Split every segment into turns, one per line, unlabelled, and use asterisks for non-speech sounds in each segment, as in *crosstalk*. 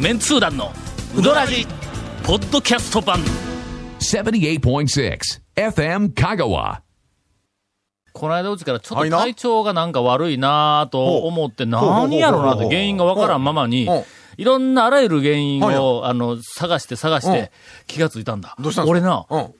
メンツー団のうどらじポッドキャスト版
78.6 FM Kagawa.
この間うちからちょっ
は
と
いな
体調がなんか悪いなと思って
うほうほうほう
何やろなって原因がわからんままに
うん
いろんなあらゆる原因
はい
をあの探して探し
う
て
ん
気がついたんだ
どうしたんですか
俺な
うん。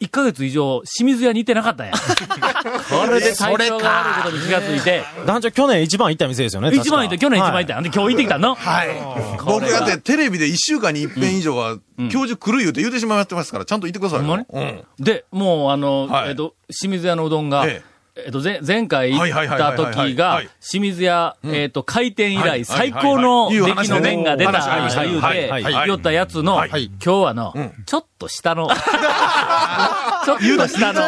1ヶ月以上清水屋にいてなかったん
*laughs*
やこれで体調が悪いことに気がついて
団長去年一番行った店ですよね。
一番いて去年一番いた
た。
んやで今日行ってきたの
はい。
こ
僕
れは
だってテレビで一週間に一遍以上は、教授来る言うて言うてしまってますから、ちゃんと言ってくださいよ。
ほんまに
うん。
で、もうあの、
はい
えっと、清水屋のうどんが、え
え
っと、ぜ前回行った時が
はいはいはいはいはいはい、
清水屋、えっと、開店以
は
来
い
最高の
はい
出
はい
来の麺が出た、
話ありました
言う
はい
はい
て、言ったやつの、
はい
今日はの、ちょっと下
*laughs*
の、ちょっと下の、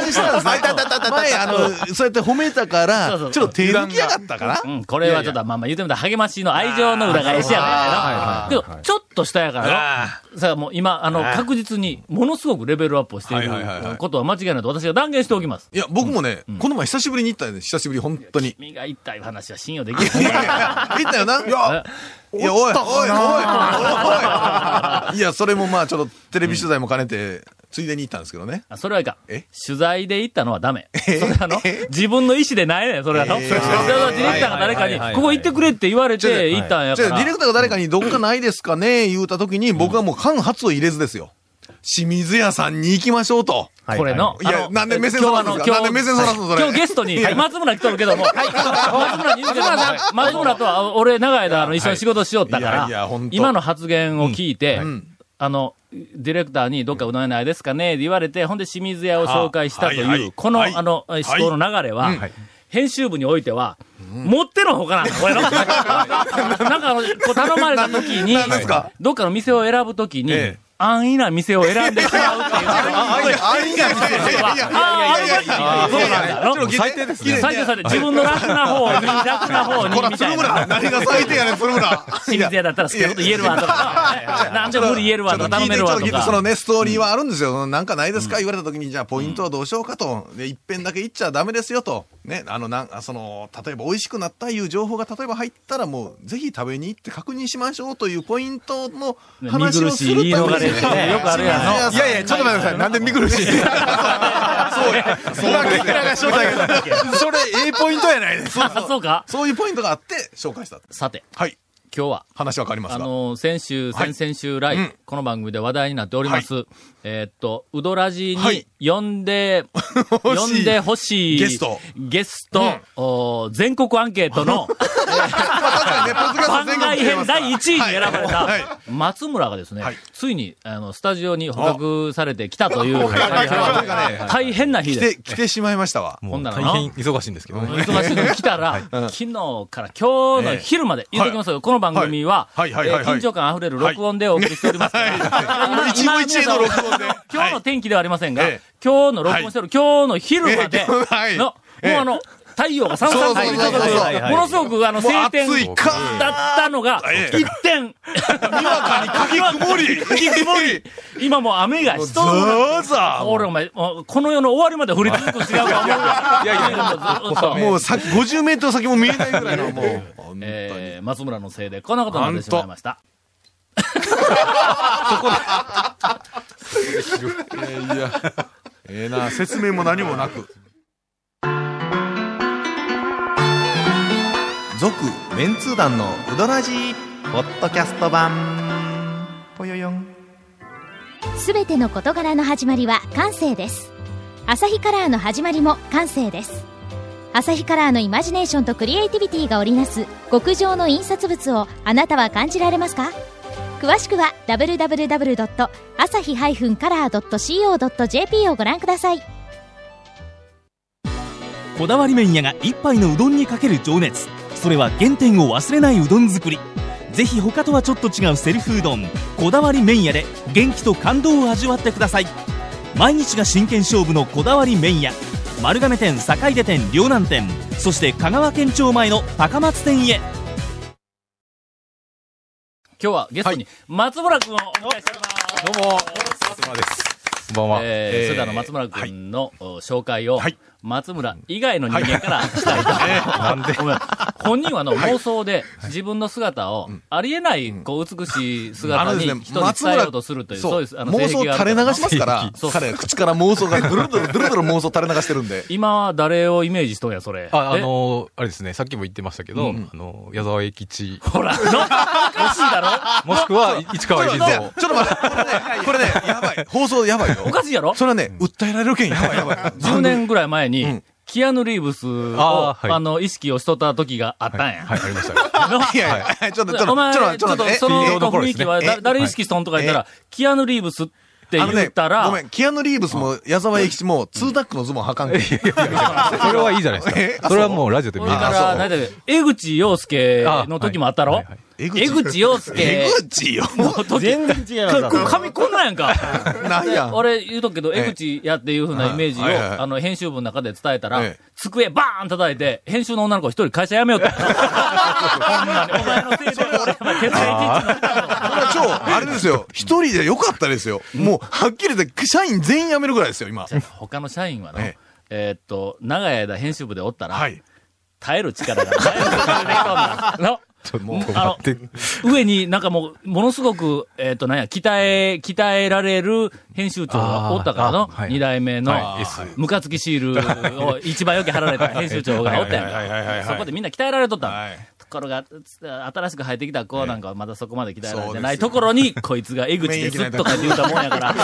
前、あの、そうやって褒めたか
そう
ら、
そう
ちょっと手抜きやがったから。
うん、これはちょっと、まあまあ言うてみたら励ましの愛情の裏返しやからやな。でも、ちょっと下やからの。さあもう今、あの、確実に、ものすごくレベルアップをしている
はいはいはいはい
ことは間違いないと私は断言しておきます。
いや、僕もね、この前久しぶりに行ったよね、久しぶり、本当に。
身が痛い話は信用できない。
いや *laughs* いや行ったよな。いや、いや、おい、おい、おい、おい。いや、それもまあ、ちょっとテレビ取材も兼ねて、ついでに行ったんですけどね。
あそれはいかん。
え
取材で行ったのはダメ。それあの、自分の意思でないねん、それはの。 *laughs*
えー
それはディレクターが誰か
はいはいはいは
に、
い
ここ行ってくれって言われ
ちょっと
て行ったんや
じ
か
ゃあ、ディ
ら。
レクターが誰かにどっかないですかね、言うたときに、僕はもう間髪を入れずですよ。清水屋さんに行きましょうと。
はい
これの。
いや
あの
なんで目線
今日
そ
は
ら
あの、今日、
すんですかなんで目線そらすのそれ
今日ゲストに、松村来とるけども、松村に言うけども松村とは、俺、長い間、あの、一緒に仕事しよったか
いやいや
ら
ほん、と
今の発言を聞いて
ん、
あの、ディレクターにどっかうどん屋ないですかねって言われて、ほんで清水屋を紹介したと
あはい
い
は
う、
い
この、
はい
あの、思考の流れは、編集部においては、持ってのほかなの、これの。なんかあの、こう頼まれた時に
なんですか、
どっかの店を選ぶときに
ええ、
安易な店を選んでしまうっていう。
最低です
最初それ、自分の楽な方に、楽な方に、
こら、
みた
鶴
いな。
村、何が最低やねん、鶴村。
清水屋だったら好きなこと言えるわとか、なんで無理言えるわとか、頼めるわと
ちょっ聞いてちょっ聞いてその
か。
ね、ストーリーはあるんですよ。そのなんかないですか言われた時に、じゃあポイントはどうしようかと。で、一遍だけ言っちゃダメですよと。ね、あの、なん、あその、例えば美味しくなったいう情報が例えば入ったら、もう、ぜひ食べに行って確認しましょうというポイントの
見
話
苦
をす
しい
る
言い
た
逃
め
れ
に
っ
ね
てねよくあるやんの。
いやいや、
ちょっと待ってください。なんで見苦しいそうや。そうや。それ、ええポイントやないですか。
あそうか
そういうポイントがあって紹介した。
さて、
はい。
今日は、
話は変わります
あ
が。
の、先週、
はい
先々週来、
うん
この番組で話題になっております、えーっと、うどらじ
は
に
い
呼んで、
*laughs* 欲しい
呼んでほしい
ゲスト
ゲストお全国アンケート
*laughs*
の
まあ確かにね、ポッドキャス
番
ト全
外
国
編第1位に選ばれた
はい。
松村がですね、
はい
ついにあのスタジオに捕獲されてきたという、今日
はいはいはい
は大変な日
来
です。
て、来てしまいましたわ。
こ
も
ん
う
なの
大
な
変忙しいんですけどね。
忙しいのに来たら、昨日から今日の昼まで言うときますよ、この番組は、え
はいはいはいは
ー
い
緊張感あふれる録音でお送りしておりますから、
もう一期一会の録音で。
今日の天気ではありませんが、
ええ
今日の録音してる、今日の昼まで
ええはい
の、
ええ
もうあの、太陽がさんさんと降り注
そうそうそうそう
ぐ、ものすごくあの、
もう
晴天
暑いか
だったのが、
ええ
一点、にわかにかき曇り、かき曇り、今もう雨がしとる。
どうぞ
俺、お前、もうこの世の終わりまで降り続く違うと思うわ。いやい *laughs* や、ずっと。
もう先、50メートル先も見えないぐらいの、もう。本当に
えー、松村のせいでこんなことになってしまいました。
ええな、説明も何もなく。
続、メンツー団のうどらじポッドキャスト版。ぽよよん。
すべての事柄の始まりは感性です。アサヒカラーの始まりも感性です。アサヒカラーのイマジネーションとクリエイティビティが織りなす極上の印刷物をあなたは感じられますか詳しくは www.asahi-color.co.jp をご覧ください。
こだわり麺屋が一杯のうどんにかける情熱それは原点を忘れないうどん作りぜひ他とはちょっと違うセルフうどんこだわり麺屋で元気と感動を味わってください毎日が真剣勝負のこだわり麺屋丸亀店坂出店両南店そして香川県庁前の高松店へ
今日はゲストに松村君をお迎えしております。
どうも。
です。
こんばんは
えー
えー
それではあの松村君のお紹介を
はい、
松村以外の人間からしたいと。 *laughs* ごめん本人はあの妄想で自分の姿を、ありえない、こう、美しい姿に人に伝えようとするという、そういう、あの、
妄想
性癖がある
垂れ
から
流しますか
*laughs*
ら
そう、
彼は口から妄想がドルドルドルドル妄想垂れ流してるんで。
今は誰をイメージしとんや、それ。
あ、あ
え
のーあれですね、さっきも言ってましたけど、あのー矢沢永吉、
ほ
*laughs*
ら、の惜しいだろ
もしくは、市川
ちょ
一
っと待っ
蔵
て、ちょっと待って、これね、これね、やばい。放送やばいよ。
おかしいやろ
それはね、訴えられる件やばいやばい。
10年ぐらい前に、
ん
キアヌ・リーブスを、あ,、
あーはい
の、意識をしとった時があったんや。
はい、ありました。
*laughs* いやいや、ちょっと、ちょっ
お
と、
前、
ち
ち
ょ
ょ
っ
っ
と、ちょっと
と、
待って、
その
え
雰囲気は、
え
だ誰意識しとんとか言ったら、キアヌ・リーブスって言ったら、
あのねごめん、キアヌ・リーブスも矢沢永吉も、ツータックのズボンはかんけん。
それはいいじゃない
え
です
あ
か。それはもうラジオで
こ
見
れ
え
か
ます。
ら、なんだっけ江口洋介の時もあったろ、
あはいはい
江口
江口洋介
えぐちよ。
の *laughs* 時。
全然違う
か
やつだ
髪こんなんやんか。
*laughs* なんや
*laughs* で
ん。
俺言うとくけど、
ええ
江口やっていうふうなイメージを、
はいはいはい
あの、編集部の中で伝えたら、
ええ
机バーン叩いて、編集の女の子一人会社辞めようって。
*laughs*
ほんまに、お前のせいで俺、お前血液一致の
これは超、あれですよ。一人でよかったですよ。もう、はっきり言って、社員全員辞めるぐらいですよ、今。
他の社員はな、え
ええ
ーっと、長い間編集部でおったら、
はい。耐
耐える力がない
*laughs*
の。あの、上になんかもう、ものすごく、えっ、と、なんや、鍛え、鍛えられる編集長がおったからの
あ、ーはい
二代目の
はい S、
ムカつきシールを一番よく貼られた編集長がおったやんか。そこでみんな鍛えられとったの。
はい
ところが、つ新しく入ってきた子なんかはまだそこまで鍛えられてないところに、こいつが江口ですとかって言うたもんやから。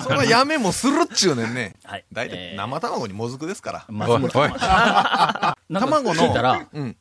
それはやめもするっちゅうねんね。
はい
大
え
体、
ー
生卵にもずくですから。
まあ
おい、おい。
なんか聞いたら、
うん。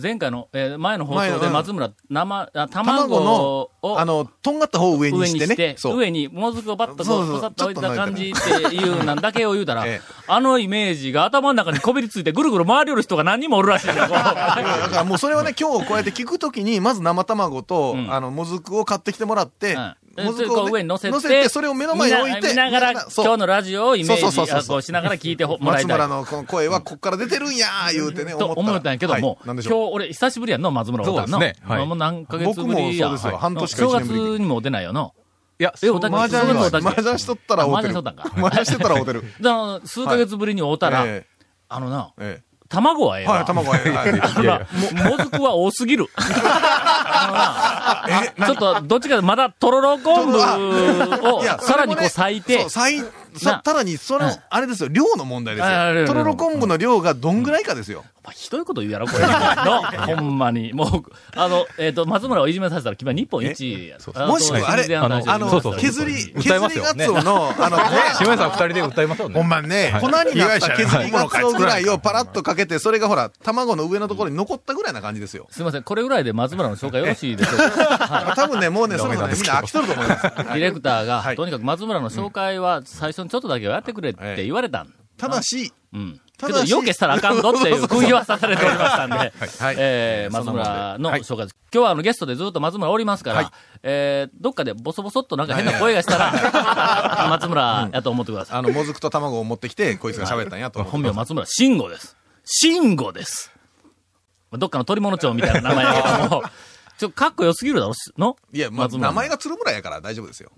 前回の、えー前の放
前
送
の
で
うん
松村、生、あ
卵
卵
の、
を、
あの、とんがった方を上に
上
し
に
て
して
ね。、そう。
上にもずくをバッと
そ
こ
うそう
う、
そう
ポサッと置いた感じ
ち、
っていうなんだけを言うたら
*laughs* ええ
あのイメージが頭の中にこびりついてぐるぐる回りよる人が何人もおるらしいん
*laughs*
だよ、こ
だからだからもうそれはね、今日こうやって聞くときに、まず生卵と、
ん
あの、もずくを買ってきてもらって、
う。
も
うん、
ず
で
く
こ
を
う
ね、
上に乗せて、
乗せて、それを目の前に置いて、
見な見ながら、
そう
今日のラジオをイメージ
そうそうそうそう
あこうしながら聞いてほもらい
松
たい
村。のこの声はこっから出てるんやー言うてね、
と
思ったら。
思ったんやけども、
はい、なんで
今日
しょう。
俺久しぶりやんの、松村おったんの。
そうですねはい
もう何ヶ月ぶりや。
僕もそうですよ
はい
半年か一年ぶり
正月にも出ないよの。
いや、
え
そう
おたけ
麻雀
そうそうそう
麻雀しとったら会う
あ麻
てる。
雀しとったんか
麻雀してたら会うてる。
だから数ヶ月ぶりに会うたら、
え
あのな、
ええ
卵はええ
え
わ
はい、卵はええはい
ほら、も、もずくは多すぎ
*laughs*
る。あのなちょっと、どっちか、まだ、とろろ昆布を
いや、
さらにこう
それ
咲い
もね
て
そう、咲い、
な
ささらに、それ
うん
あれですよ、量の問題です
ああれ
よ。とろろ昆布の量がどんぐらいかですよ。
お前ひどいこと言うやろ、
*laughs*
これ。の、 *laughs* ほんまに。もう、あの、えっと、松村をいじめさせたら、君は日本一位や。あと
もしくはあれ、
全然
あ
話を
の、
しま
あ
した
の
よ
削り、
歌
削
いま
り
すよ
ガツオの、あの、ね
島根さん二人で歌いましょうね。
ほんまにね、
粉になった削りガツオぐらい
よ。
をパラッとかけて、それがほら、卵の上のところに残ったぐらいな感じですよ。
すいません、これぐらいで松村の紹介よろしいでしょうか。
*laughs* 多分ね、もうね、そろそろねみんな飽きとると思いま
*laughs*
す。
ディレクターが、
はい
とにかく松村の紹介は最初にちょっとだけはやってくれって言われたん。
ただし、
うん。
た
け
だ
ど、
し
よけしたらあかんぞっていう釘は刺されておりましたんで、
い
えー、松村の紹介です。今日はあのゲストでずっと松村おりますから、えー、どっかでボソボソっとなんか変な声がしたら、 *laughs* 松村やと思ってください。
あの、もずくと卵を持ってきて、こいつが喋ったんやと。
本名松村慎吾です。慎吾です。どっかの鳥物町みたいな名前やけども、ちょ、かっこよすぎるだろ、しの
いや、まあ、
松村
名前が鶴村やから大丈夫ですよ。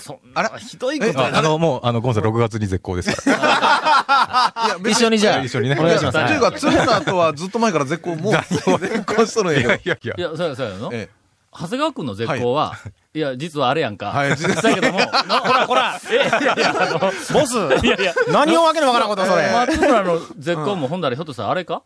そん
あ
な
ら
ひどいこと
え
ああの、もう、あの、ゴンさん6月に絶好ですから。
いや、
一緒にじゃあ、
一緒にね
お願いします。
は
と
い
いうか、鶴村とはずっと前から絶好、
*laughs*
もう、絶好しとるんやけど。
いやいや
い。や、そうや、そうやの。
ええ
長谷川君の絶好は、い、や、実はあれやんか。
はい
実際け
*laughs*
ども、のほらほら、ええいやいや、あの
ボス
いやいや、
何をわけのわからんこと、それ。
松村の絶好も、ほんだらひょっとしたらあれか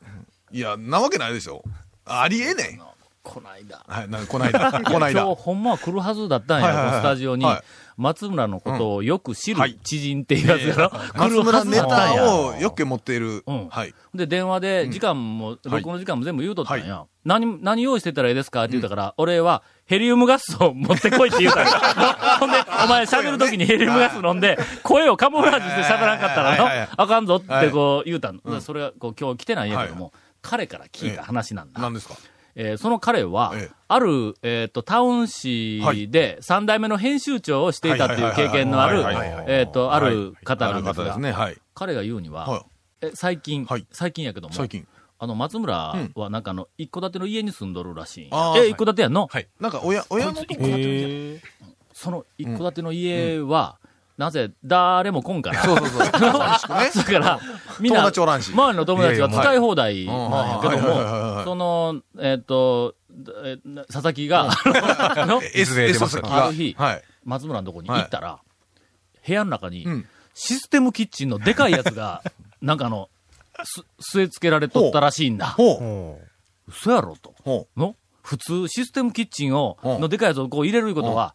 いや、なわけないでしょ。ありえね
こないだ。
え。はい、なんかこないだ。こないだ。
*laughs*
今日、ほんまは来るはずだったんや、
はいはいはい
このスタジオに。
はい
松村のことをよく知る
はい
知人っていうやつやろ、来
松
るは
村
ず
ネ
だったんや。
タをよく持っている。
うん
はい。
で、電話で、時間も、録音の時間も全部言うとったんや。何、何用意してたらええですかって言ったから、俺は、ヘリウムガスを持ってこいって言うたんや。ほんで、お前喋る時にヘリウムガス飲んで、声をカモフラージュして喋らんかったら
はいはいはいは、
ないあかんぞってこう言うたん。それが、こう、今日来てないんやけども、彼から聞いた
ええ
話なんだ。
何ですか
えーその彼は、
ええ
ある、えっ、と、タウン市で三代目の編集長をしていたという経験のある
はいはいはいはい、
えっ、と、ある方
あ
な
る
んです
方で
が
す、ね。はい。
彼が言うには、
は
え最近、
はい
最近やけども、
最近
あの松村はなんかあの一戸建ての家に住んどるらしいんや
あー
え
はい
一戸建てやんの、
はい
い。なんか、親、親のとこ、
その一戸建ての家は、なぜ誰も来んから。
そうそうそう。楽しく
*laughs* だ
ね
から、みんな、
友達おらんし
周りの友達が使い放題
やいや
なんやけど
はいはいはいはいは
も、
い
その、えっと、え佐々木が、
*laughs*
あの、
エスエス佐々木が
ある日
はい。
松村のとこに行ったら、部屋の中に
ん、
システムキッチンのでかいやつ
*laughs*
が、なんかあの、す、据え付けられとったらしいんだ。
ほう。
嘘やろと。
ほ
の普通、システムキッチンを、
うん
のでかいやつをこう入れるいうことは、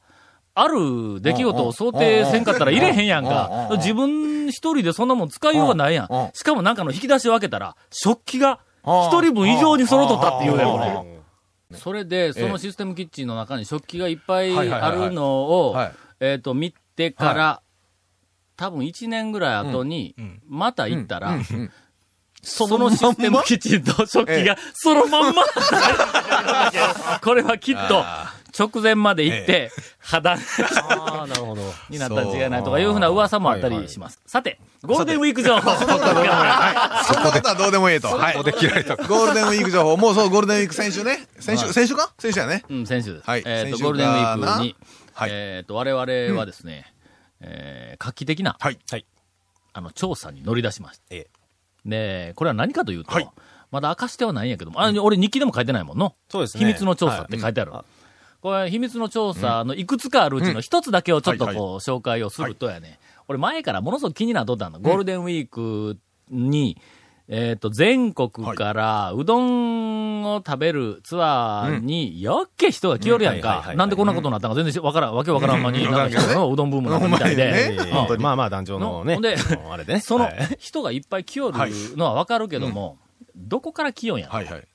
ある出来事を想定せんかったら入れへんやんか。
うん
自分一人でそんなもん使いようがないや
うんうん
ん。しかもなんかの引き出しを開けたら、食器が一人分以上に揃っとったっていうやん、これ。それで、そのシステムキッチンの中に食器がいっぱい
はいはい
あ
はいはい
るのを
はい、
えっと、見てから、多分1年ぐらい後に、また行ったら、そのシステムキッチンと食器がそのまんま、 *laughs* これはきっと、直前まで行って、肌
あ、なるほど。
になったら違いないとかいうふうな噂もあったりします。さて、ゴールデンウィーク情報。
そんなことはどうでもいいと。はい。
ここで切られた。
ゴールデンウィーク情報。もうそう、ゴールデンウィーク先週ね。先週、先週か先週やね。
うん、先週です。
はい
えっ、
先
と、
週
ゴールデンウィークに、
かなはい
えっ、と、我々はですね、えー画期的な、
はい。
あの、調査に乗り出しました。
え
で、これは何かというと、
はい
まだ明かしてはないんやけども、あ俺日記でも書いてないもんの。
そうですね
秘密の調査って書いてある。これ、秘密の調査のいくつかあるうちの一つだけをちょっと
はいは
こう、紹介をするとやね、俺前からものすごく気になっとったの。ゴールデンウィークに、えっ、と、全国からうどんを食べるツアーに、よっけ人が来よるやん
うんはいはいはい
か
は。い
なんでこんなことになったのか全然しわからん、わけわからんまに、
うん
なんか人のうどんブームなんかみたい
うん
で
え。
うん
まあまあ、団長のね
ほんで、
あのあれでね。
その
はい
人がいっぱい来よるのはわかるけども、どこから来よんやん、
はいはい。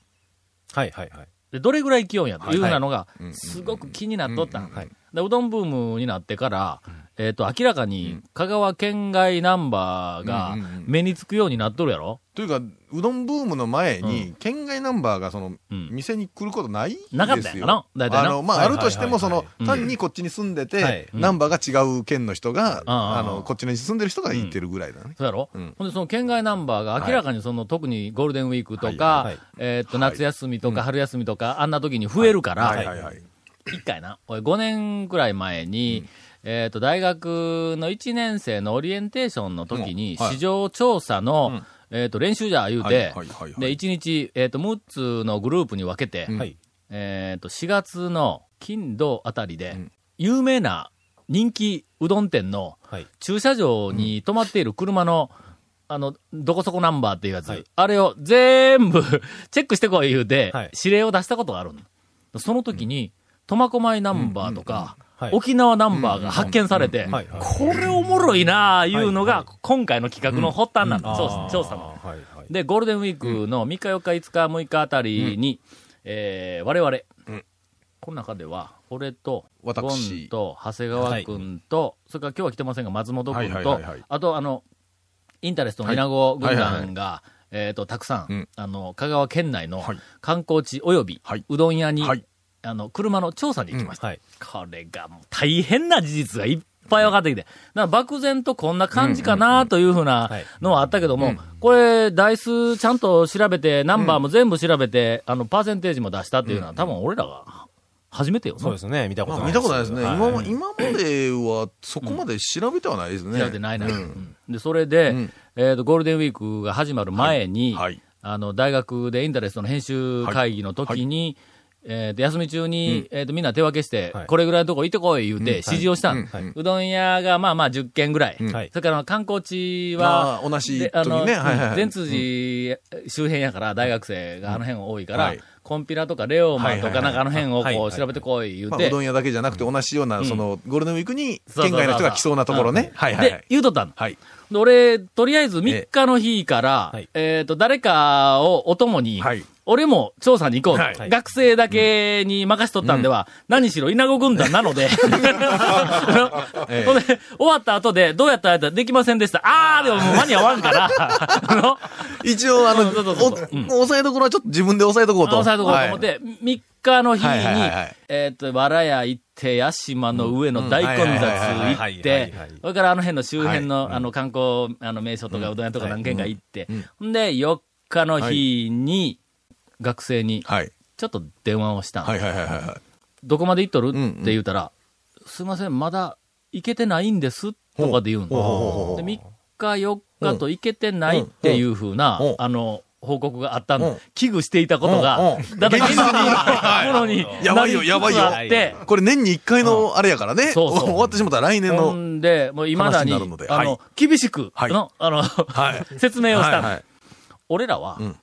はいはいはい。
でどれぐらい来よんやんというようなのが、すごく気になっとった、ん
はい
でうどんブームになってから、えっと明らかに香川県外ナンバーが
うんうんうん
目につくようになっとるやろ、
というか、うどんブームの前に、県外ナンバーがその、
うん
店に来ることないですよ
なかったんやな大体な
あの、まあ、
は
あ
いはい
るとしても、その、
うん
単にこっちに住んで
は
て
い、
ナンバーが違う県の人が、
あ
あの、こっちに住んでる人が言ってるぐらいだね。
そうやろ、
うん
ほんで、その県外ナンバーが明らかにその、特にゴールデンウィークとか、
はいはいはい
えっと、夏休みとか春休みとか、あんな時に増えるから、
はいはいはい。
一回な、俺5年くらい前に、えっ、と、大学の1年生のオリエンテーションの時に、
うんはい
市場調査の、えっ、と、練習じゃ言うて、
はいはいはいはい
で、1日、えっ、と、6つのグループに分けて、
うん
はい。
えっ、と、4月の金土あたりで、有名な人気うどん店の
はい。
駐車場に止まっている車の、あの、どこそこナンバーっていうやつ、
はい
あれを全部 *laughs* チェックしてこい言うて、
はい
指令を出したことがあるの。その時に、苫小牧ナンバーとか、
はい
沖縄ナンバーが発見されて、
はいはい
これおもろいなあいうの
は
が
い、
今回の企画の発端なの、調
あー
査調査の。
はいはい。
で、ゴールデンウィークの3日、4日、5日、6日あたりに、えー、我々、この中では、俺と、ゴン
私
と、長谷川君と、それから今日は来てませんが、松本君と、
はいはいはいはい
あと、あの、インタレストの稲子軍団が、えっ、と、たくさん、
うん
あの、香川県内の
はい
観光地及び、
はいう
どん屋に、
はい
あの、車の調査に行きました。
はい。
これがもう大変な事実がいっぱい分かってきて、だから漠然とこんな感じかなというふうな
はい
のはあったけども、これ、台数ちゃんと調べて、ナンバーも全部調べて、あの、パーセンテージも出したっていうのは、多分俺らが初めてよな。
そうですね。見たこ
ま
と
あ
な
見
い。
たことないですね。
は
今も今までは、そこまで調べてはないですね。
調べてないな。
う
うんんで、それで、
うん
えっ、と、ゴールデンウィークが始まる前に、
はいはい
あの、大学でインタレストの編集会議の時に、えーと、休み中に、えっ、と、みんな手分けして、
はい
これぐらいのとこ行ってこい言うて、指示をしたん、
うん
はいう
どん屋がまあまあ10軒ぐらい。
んはい
それから観光地
ま
は、
あ、同じ
で
時
あの、
にね。はいはいはい。
全通寺周辺やから、大学生があの辺多いから、
はい
コンピラとかレオマと
はいは
か
い
なんかあの辺を
はい
こ
は
う
い
調べてこい言う
まあ、
て
うど、ん屋だけじゃなくて、同じような、その、ゴールデンウィークに、
そうそうそう
県
そう
外の人が来そうなところね。はいはいは
で
い、。
言うとったん
はい。
で俺、とりあえず3日の日から、え
え
っ
え、
と、誰かをお供に、
はい
俺も調査に行こうと、
はい
学生だけに任しとったんでは、何しろ稲子軍団なので、あの
*laughs* ええ
*laughs* ほんで、終わった後で、どうやったらやったらできませんでした。あー、でももう間に合わんから、あ
*laughs*
の、
一応、あの、
うんそうそうそうそううん
お抑えどころはちょっと自分で抑えとこうと。
押さえとこうと思っ
はい
て、3日の日に
はいはいはい、
えっと、わらや行って、屋島の上の大混雑行っ
うんはいはい
て
はいはい、
それからあの辺の周辺の、あの、観光、あの、名所とか、うどん屋とか何軒か行って、ほんで、4日の日に、学生に、
はい。
ちょっと電話をしたの
はいはいはいはいはい。
どこまで行っとる
んうん
って言うたら、すいません、まだ行けてないんです、とかで言うん
ほう
で、3日、4日と行けてないっていうふうな
うん、
あの、報告があった
うん
の。危惧していたことが
うんう、ん
だんだん現実に、
は
も
い
のに、
やばいよやばいよ
なりつつあって、
これ年に1回のあれやからね。
そうそう
終わってしまったら来
ほ
年の。
んで、もう今だに、
話になるので
あ
は
の
い、
厳しく、
はい
の、あの、 *laughs* 説明をしたの。
はいはい
俺らは、
うん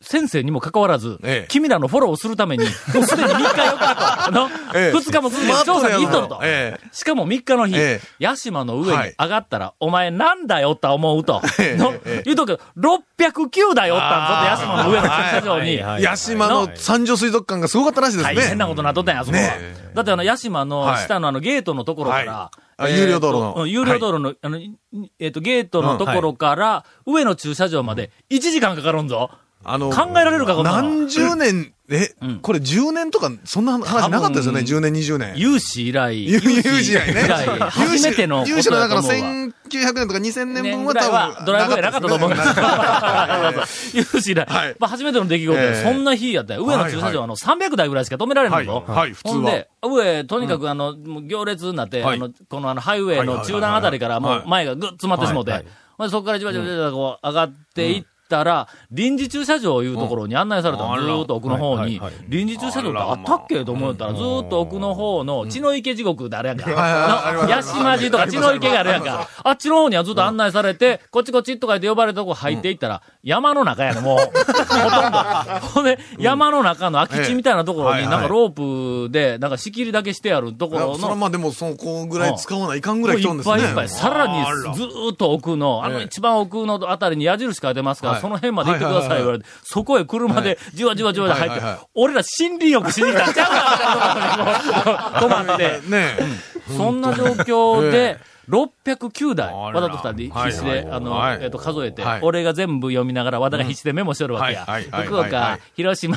先生にもかかわらず、
ええ
君らのフォローをするために、もうすでに3日4日と、の、
ええ
2日も続けて調査に行っとると。
ええ
しかも3日の日、
ええ
八島の上に
はい
上がったら、お前なんだよと思うと、
ええ
の
ええ
言うとくけど、609だよったんぞと、八島の上の駐車場に、
はい
八島の三条水族館がすごかったらしいですね。
大変なことになっとったんや、あそこは。
ね
だってあの、八島の
はい
下のあの、ゲートのところから、
はあ
えー
有料道路の
とうん有料道路の、あの、いえっ、と、ゲートのところから、上の駐車場まで1時間かかるんぞ。
あの
考えられるかこんなの
何十年、え
うん、
これ10年とか、そんな話なかったですよね、
多分
10年、20年。
有史以来、
有史以来ね。
初めてのこと
有史の
だ
だ
と
か
思
ら
うわ。
1900年とか2000年
年
分は
ぐらい
多
は
分。
ドライブぐらいなかったと思うんですけど
かったですね
*laughs* 有史以来。
はい
まあ初めての出来事
え
で、
え
そんな日やったよ。上の駐車場、あの、300台ぐらいしか止められない
は
ぞ
い。はい普通は
ほんで、上、とにかくあの、もう行列になって、
は
あ
い
の、このあの、ハイウェイの中段あたりから、も
はいう
前がぐっ詰まってしもうて、ほんでそこからじわじわじわじわこう上がっていったら、臨時駐車場いうところに案内されたの、
うん
ずーっと奥の方
はい
に
はいはい、
臨時駐車場ってあったっけと思ったら、ずーっと奥の方の血の池地獄であれやんか。
はいはいはい
八島寺とか血の池があるやんか。あっちの方にはずっと案内されて、こっちこっちとか言って呼ばれたとこ入っていったら、山の中やね、もう。ほとんど。
*laughs*
ほんで、山の中の空き地みたいなところ
え
に、
え
なんかロープで、なんか仕切りだけしてあるところ
それは
の、
まあでも、そこぐらい使わないかんぐらい来とんです
い
ね。
っぱいいっぱい。さらにずーっと奥の、あの
ええ
一番奥のあたりに矢印書いてますから、
はい
その辺まで行ってください言われて、そこへ車でじわじわじわで入って、
はいはいはい
俺ら森林浴しに来たんちゃう
*laughs*
かなと思ってもう止まって、
ねえ。
そんな状況
え
で、609台、
あら
和田と二人で必死
はい
で
は、い
あの
は、い
えっと、数えて
はい、
俺が全部読みながら、和田が必死でメモしとるわけや。
はいはいはい
福
は
岡
い、
広島、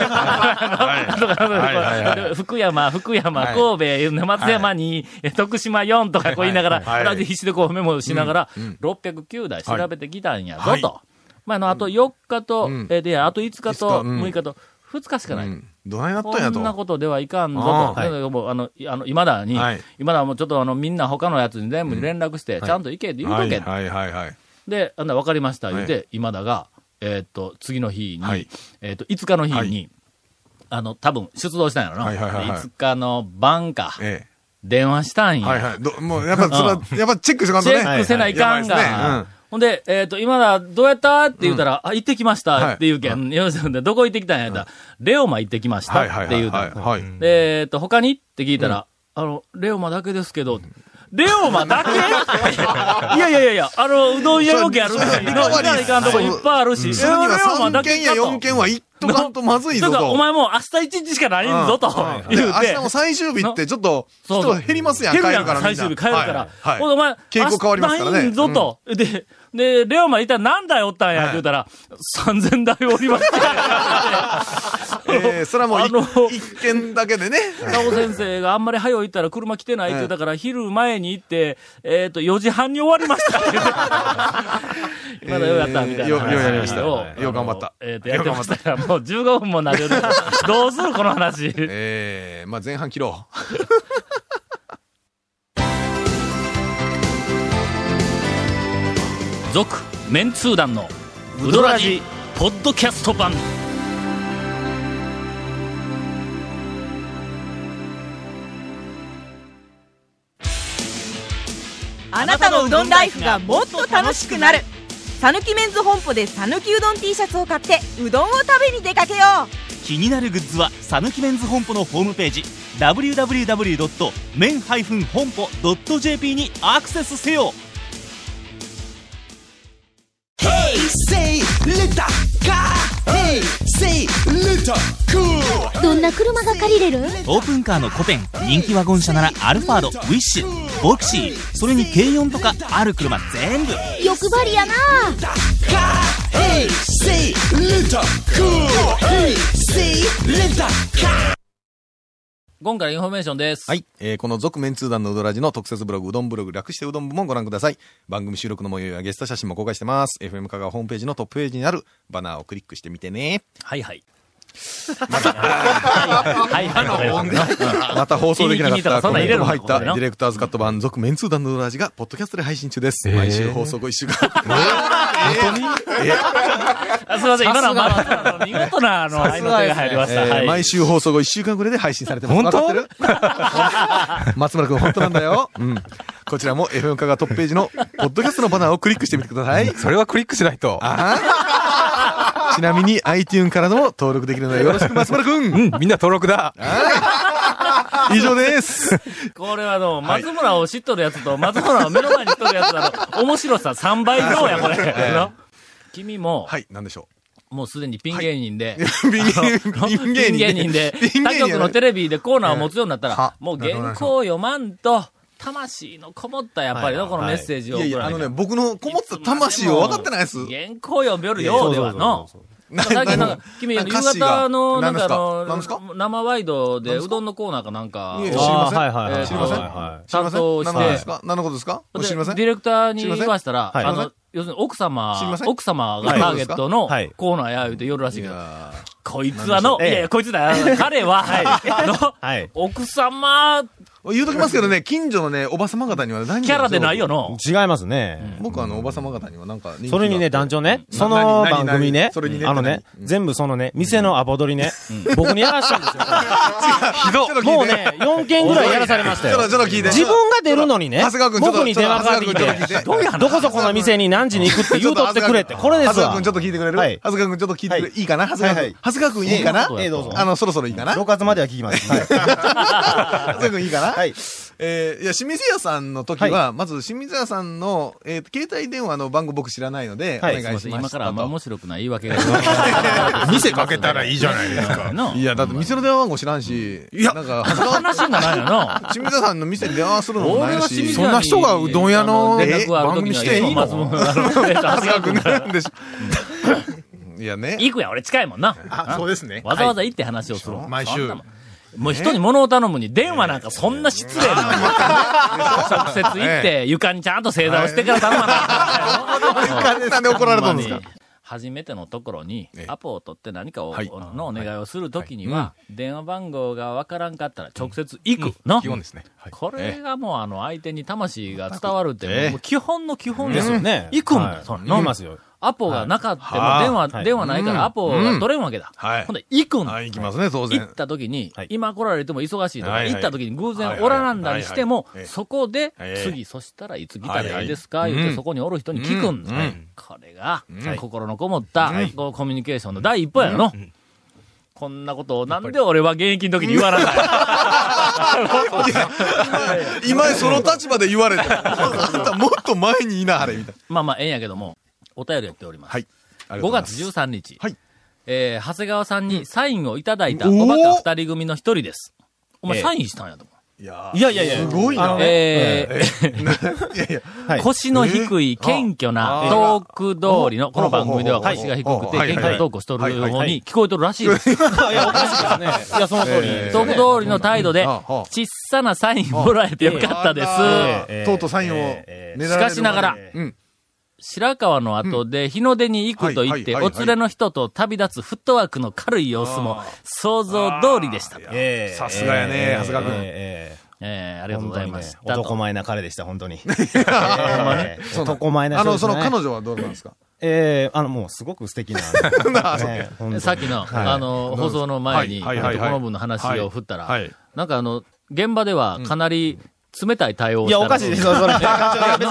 *laughs* あのあの福山、福山、神戸、松山に、え徳島4とかこう言いながら、
はいはい
和田で必死でこうメモしながら、609台調べてきたんやぞ
はい
と。まあ、あの、あと4日と
うん、
えで、あと5日
五
と
日うん
6日と、2日しかない。
うんどないなったんや
こんな
と。
ことではいかんぞと。
あー
だけどもうあの、いあの、今だに、
はい
今だもうちょっとあの、みんな他のやつに全部連絡して、ちゃんと行けって言うと
は
け。
いはいはいはい。
で、あんな分かりました、言うて、
は
今だが、えーっと、次の日に、
はい
えーっと、5日の日に、
はい
あの、多分、出動したんやろな。
はいはいはいはい
5日の晩か、
え
電話したん
え。
や。
はいはい。どもうやっぱ、それは、やっぱチェックしとかん
チ
とね。
ェックせないかんが。
はいはいやばいですね
ほんで、えっ、と、今だ、どうやったって言うたら、あ、行ってきました
はい
って言うけん。よしでどこ行ってきたんやったら、レオマ行ってきました
はい
っ
はい
て
はい
言うたん
は
や
い。はい。
で、えっと、他にって聞いたら、あの、レオマだけですけど、レオマだけ *laughs* いやいやいやいや、あの、うどん屋動きあるし、
そうそう
いろいろいかんとこいっぱいあるし、
す
レ
るに
オマ
は
だ
3
け
件
か
や
と
4件は行っとかんとまずいぞ
だから
と。
お前もう明日一日しかないんぞと、
で
言う
明
て
日。も最終日ってちょっと
そうそう
人減りますやん、
減る
帰
や
る
ん
からみんな。
最終日帰るから。
はい
ほんでお前、
傾向変わりますか
明
らね
日ないんぞと。で、で、レオマ一体何台おったんやって言うたら、3000台おりました。
えーそれはも
あの
うい一件だけでね。
高尾先生があんまり早う行ったら車来てないって言ったから、昼前に行って、えっ、と、4時半に終わりましたって言って。
*laughs*
まだようやったみたいな話を。
えーようやりましたよ
あの
よう頑張った
えっ、と、やってましたから、もう15分もな
*laughs*
れる。どうするこの話。
えー、まあ前半切ろう。
続メンツー団のウドラジポッドキャスト版
あなたのうどんライフがもっと楽しくなるさぬきメンズ本舗でさぬきうどん T シャツを買ってうどんを食べに出かけよう
気になるグッズはさぬきメンズ本舗のホームページ www.men-honpo.jp にアクセスせよ
Say little car. Hey, say little cool.
どんな車が借りれる
オープンカーの古典人気ワゴン車ならアルファードウィッシュボクシーそれに軽4とかある車全部
欲張りやな
Hey, say little cool. Hey, say little car.
今回インフォメーションです、
はい。えーこの続面通談のうどらじの特設ブログ、うどんブログ、略してうどん部もご覧ください。番組収録の模様やゲスト写真も公開してます。FM 香川ホームページのトップページにあるバナーをクリックしてみてね。
はいはいはいはいはいはい。
*laughs* また放送できなかっ
気に入った
た
らそ
コ
んなん
メ
入れ
ント
る
も
の
入った
こ
デ
れな
ィレクターズカット版続メンツー団のラジがポッドキャストで配信中です。
へー
毎週放送後1週間。
あすみません、今のはまだ、見事な、あの、合いの手が入りまし
え
た。
ー
はい。
毎週放送後1週間ぐらいで配信されてます。
本当
わかってる *laughs* 松村君本当なんだよ。うん。こちらも FM カがトップページのポッドキャストのバナーをクリックしてみてください。
それはクリックしないと。
ちなみに iTune からのも登録できるのでよろしく松村君
うん、みんな登録だ。
以上です。
これは、あの、松村を知っとるやつと、松村を目の前にしとるやつだと、面白さ3倍以上や、これ。あの君も、
はい、なんでしょ
*laughs* もうすでにピン芸人で、
う。ビン
ピン芸人で、
*laughs* ピン芸
他
人や
局の
ね
テレビでコーナーを持つようになったら
は、
もう原稿を読まんと、魂のこもった、やっぱりの、このメッセージを
いやい
送
や、
ら
あ
な
の
い
ね、
と。
僕のこもった魂を分かってないです。
原稿読めるようではの。最近なんか、君、夕方の、なんかあ
何ですか
の、生ワイドで、うどんのコーナーかなんか
いえ知り
を
ません
はいはいはい。
知りません
はいはい
知りま
担
せん
当して
何のことですか何のことですか
で
知りません
ディレクターに言わしたら、
知り
あ
せ
ま
んはい
の、要するに奥様
知りませ、ん
奥様がターゲットの
はい
コーナーや言うて夜らしい
い
けど、
や
こいつはの、い
ええ
やいや、こいつだ、彼は、はい、の、
はい
奥様
ー言うときますけどね、近所のね、おばさま方には何
キャラでないよ
な。
の。
違いますね。
僕はあの、おばさま方にはなんか人気が
それにね、団長ね、
な
その
何何
番組ね
何それに、ね
あのね
って、何
全部そのね、店のアポ取りね、僕にやらしたん
*laughs*
ですよ。
ひどい
もうね、4件ぐらいやらされました
ちょっ
よ
と、。ちょっと聞いて。
自分が出るのにね
長谷川、君ちょっと
僕に電話かかって
ちょ
き
っと長谷川君
て、
ちょっと聞いて
どこそこの店に何時に行くって言うとってくれって、これです
はずか
わ
くん。ちょっと聞いてくれる
はい
はずかくんちょっと聞いてくれ
は
るいいかなはずかくん
はいはい。
はずかくんいいかな
ええどうぞ
あの、そろそろいいかな
6月までは聞きます。は
は *laughs* ずかくんいいかな
はい。
えー、いや、清水屋さんの時は、まず清水屋さんの、えー、携帯電話の番号僕知らないので、お
はい
願いします。
今からあんま面白くない言い
*laughs*
訳が。
店かけたらいいじゃないで
*laughs*
すか。
の
いや、だって店の電話番号知らんし、いや、なんか、恥ずか
話が
*laughs*
ないよの。
清水屋さんの店に電話するのもな
俺
い
は
し、
清水
そ
屋
ん
に
な人がうどん屋の、
連絡がある時には
えー番
松
組
本あ
*laughs*
の
恥ずかく
長谷川
なんでしょ。いやね。
*laughs* 行くや、俺近いもんな。
あ、そうですね
わざわざ行って話をする。
毎週。
もう人に物を頼むに電話なんかそんな失礼なの。直接行って床にちゃんと正座をしてから頼まな
なんで怒られたんですか
初めてのところに
ええ、
アポを取って何かを、
はい
のお願いをするときには、電話番号がわからんかったら直接行くの。
基本ですね。はい
これがもうあの相手に魂が伝わるって、
ええ
もう基本の基本
い。
で
ですす
よ
よ。ね。
行くもん
はい
そんな
行きますよ。
アポがなかった
は
ら
い
電話、
はい
電話ないからアポが取れんわけだ。
はい
ほんで行くんだ。
はい、行きますね、当
行
然
っ。た時に、
はい
今来られても忙しいとか、
はいはい
行った時に偶然おらなんだりしても、
はいはいはいはい
そこで、
ええ
次、そしたらいつ来たらいいですか、
はいはい
言っ
う
て、
ん
そこにおる人に聞くんだ。
うんうん
これが、
ん
心のこもった、こうコミュニケーションの第一歩やの。こんなことを、なんで俺は現役の時に言わなかった
今、その立場で言われて、あんたもっと前にいなはれ、みたい
まあまあ、ええんやけども、お便りやっております。
はいな。
5月13日、
はい
えー長谷川さんにサインをいただいたおバカ2人組の一人です。お前、
ええ
サインしたんやと思う。
いや
いやいやいや。
すごいな
あのね
えー
いやいや、
はい
腰の低い謙虚なトーク通りの、この番組では腰が低くて
はい
謙虚なトークをしとる
はい
方
は
に聞こえとるらしいです。ト
いや、おかしいですね。いや、その通り。
え
ーク通りの態度で
うんああ、
小さなサインもらえてよかったです。
あら
えー
とうとうサインを
えーえー
ね
し
られるまで
かしながら、
うん。
白川の後で日の出に行くと言っ
うん
て、
はいは
お
いはいは
連
い
れの人と旅立つフットワークの軽い様子も想像通りでした。
えー
さすがやね
えー
長谷川君
えーえー
えーありがとうございまし
本当
た
にね男
と。
前な彼でした、本当に。えー
そうなの
男前な
あ
人
の、
でし
そ
た
の
ね。
彼女はどうなんですか
えーあの、もうすごく素敵な。ね本当に
さっきの、
はい
あの、放送の前に、こ
はいはいはいはい
の分の話を振ったら、
い。
なんかあの、現場ではかなり冷たい対応を
い
した
や、
ら
おかしいですよ、それ。別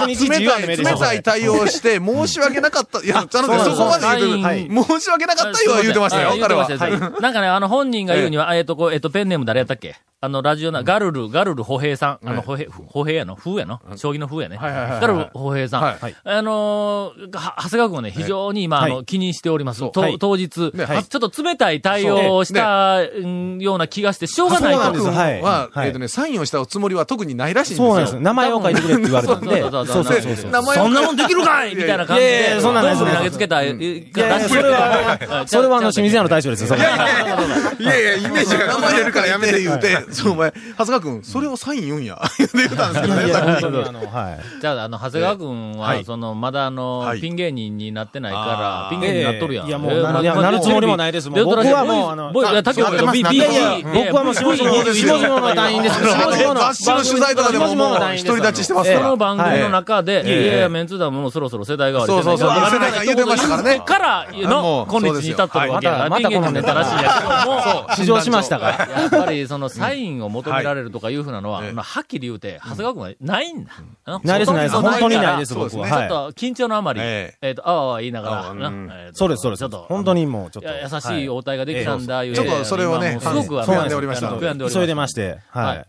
にいちいち
冷
言わん
た
で
い、冷
もええでしょ。
たい対応して、申し訳なかった。いや、ちゃんとそこまで言う
は
てくる。申し訳なかったよ、言うてました
あ
よ、
言うて
彼
ま
は
し。たよなんかね、あの、本人が言うには、あえっと、こう、えっと、ペンネーム誰やったっけあの、ラジオな、ガルル、ガルル歩兵さん。あの、歩兵、歩兵やの風やの将棋の風やね。ガルル歩兵さん。
はい
あのーは長谷川君はね、非常に今、あの、気にしております。と
はい
当日、
ね
はちょっと冷たい対応をした、うんような気がして、しょうがない
そうなん
と
です。よはい。
は、
は
えっと
い。
ね、サインをしたつもりは特にないらしいんです
そうなん
よ
ですよ。。名前を書いてくれって言われたんで。
そうそう
そ
そう
う
そう
そうそう。
名前
そんなもんできるかいみたいな感じ
いやいやい
で、
やそんなんないです
ドームに投げつけた、え
いやいやそれは、それはあの、清水屋の大将ですよ、それは。
いやいや、イメージが生まれるからやめて言うて、
そう、お前、長谷川君、それをサイン言うんや。言って言ったんですけどね、さっき
本当にあの、はい。
じゃあ、あの、長谷川君は、
はい
その、まだあの、
はい
ピン芸人になってないから
あ、ー
ピン芸人になっとるやん。
いやもう
えー
な
まあ
いや
まあ
なるつもりもないですもう
レオトラシ
僕はもうあの
ボイいや、竹岡君、B、
な
B、
いやい
B
や、僕はもう下々の、下々の団員です。下
あの
々の。
雑誌の取材とかでももう独り立ちしてます
そ
から
の番組の中で、
ええ
いやいや、メンツー団もそろそろ世代がわり
そうそうそう世代が言うてましたからね
から
あも
の、
う
今日に至っとるわけやから、
そうです
ピ
よ
ン芸人のネタらしいやけども、
試乗しましたから。
やっぱりそのサインを求められるとかいうふうなのは、
うんはい
まあはっきり言うて、長谷川君はないんだ。うん
ないです、ないです。本当にないです、
そうで
僕
すね
は。
ちょっ
はい。
と緊張のあまり、え
え
っ、と、あわあわ言いながら、
あわうん
なえーと
そうです、そうです。
ちょっと、
本当にもう、ちょっ
い
と。
や優しい応対ができたんだ、いう
ちょっとそれをね
今もうすごく
はい
あの
悔やんでおりました
あの悔やんでおります
急いでまして。
は
はいい。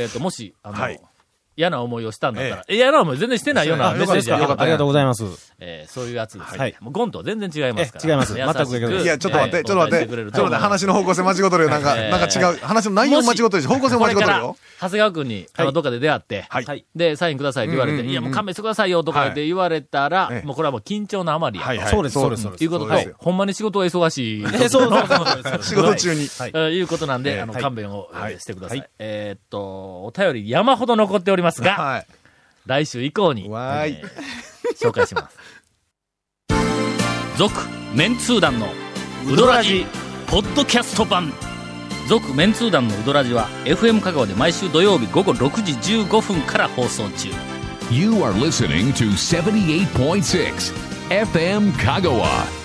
えっ、と、もし、あの、
はい
嫌な思いをしたんだったら、嫌な思い全然してないような
あ
メッセージや
よかった
ありがとうございます。
えーそういうやつですね。
はい
もうゴンとは全然違いますから。
え違います
優し
全く逆です
いや、ちょっと待って、ちょっと待って、ちょっと待って、話
の
の方向性間違うとるよ。なんか、
えー
なんか違う。話の内容間違うとるし、方向性も
こ
間違
れ
う
か
とる
ら、
よ
長。谷川君に、あの、どっかで出会って、
はい
はいで、サインくださいって言われて、
うんうんうん
いや、もう勘弁してくださいよとかって言われたら、
はいええ
もうこれはもう緊張のあまりや。
はいはい。
そうですそうですそうです
ということ
そうです
と
よ、
ほんまに仕事が忙しい。
え、そうそう
*laughs*
そうそう。
仕事中に。
えーいうことなんで、
ええ
あの、
はい
勘弁をえー
はい
してください。えーっと、お便り山ほど残っておりますが、
は
来週以降に、
わーい
えー紹介します。続、メンツー団の、ウドラジ、ポッドキャスト版。続、メンツー団のウドラジは、FM 香川で毎週土曜日午後6時15分から放送中。
You are listening to 78.6 FM Kagawa.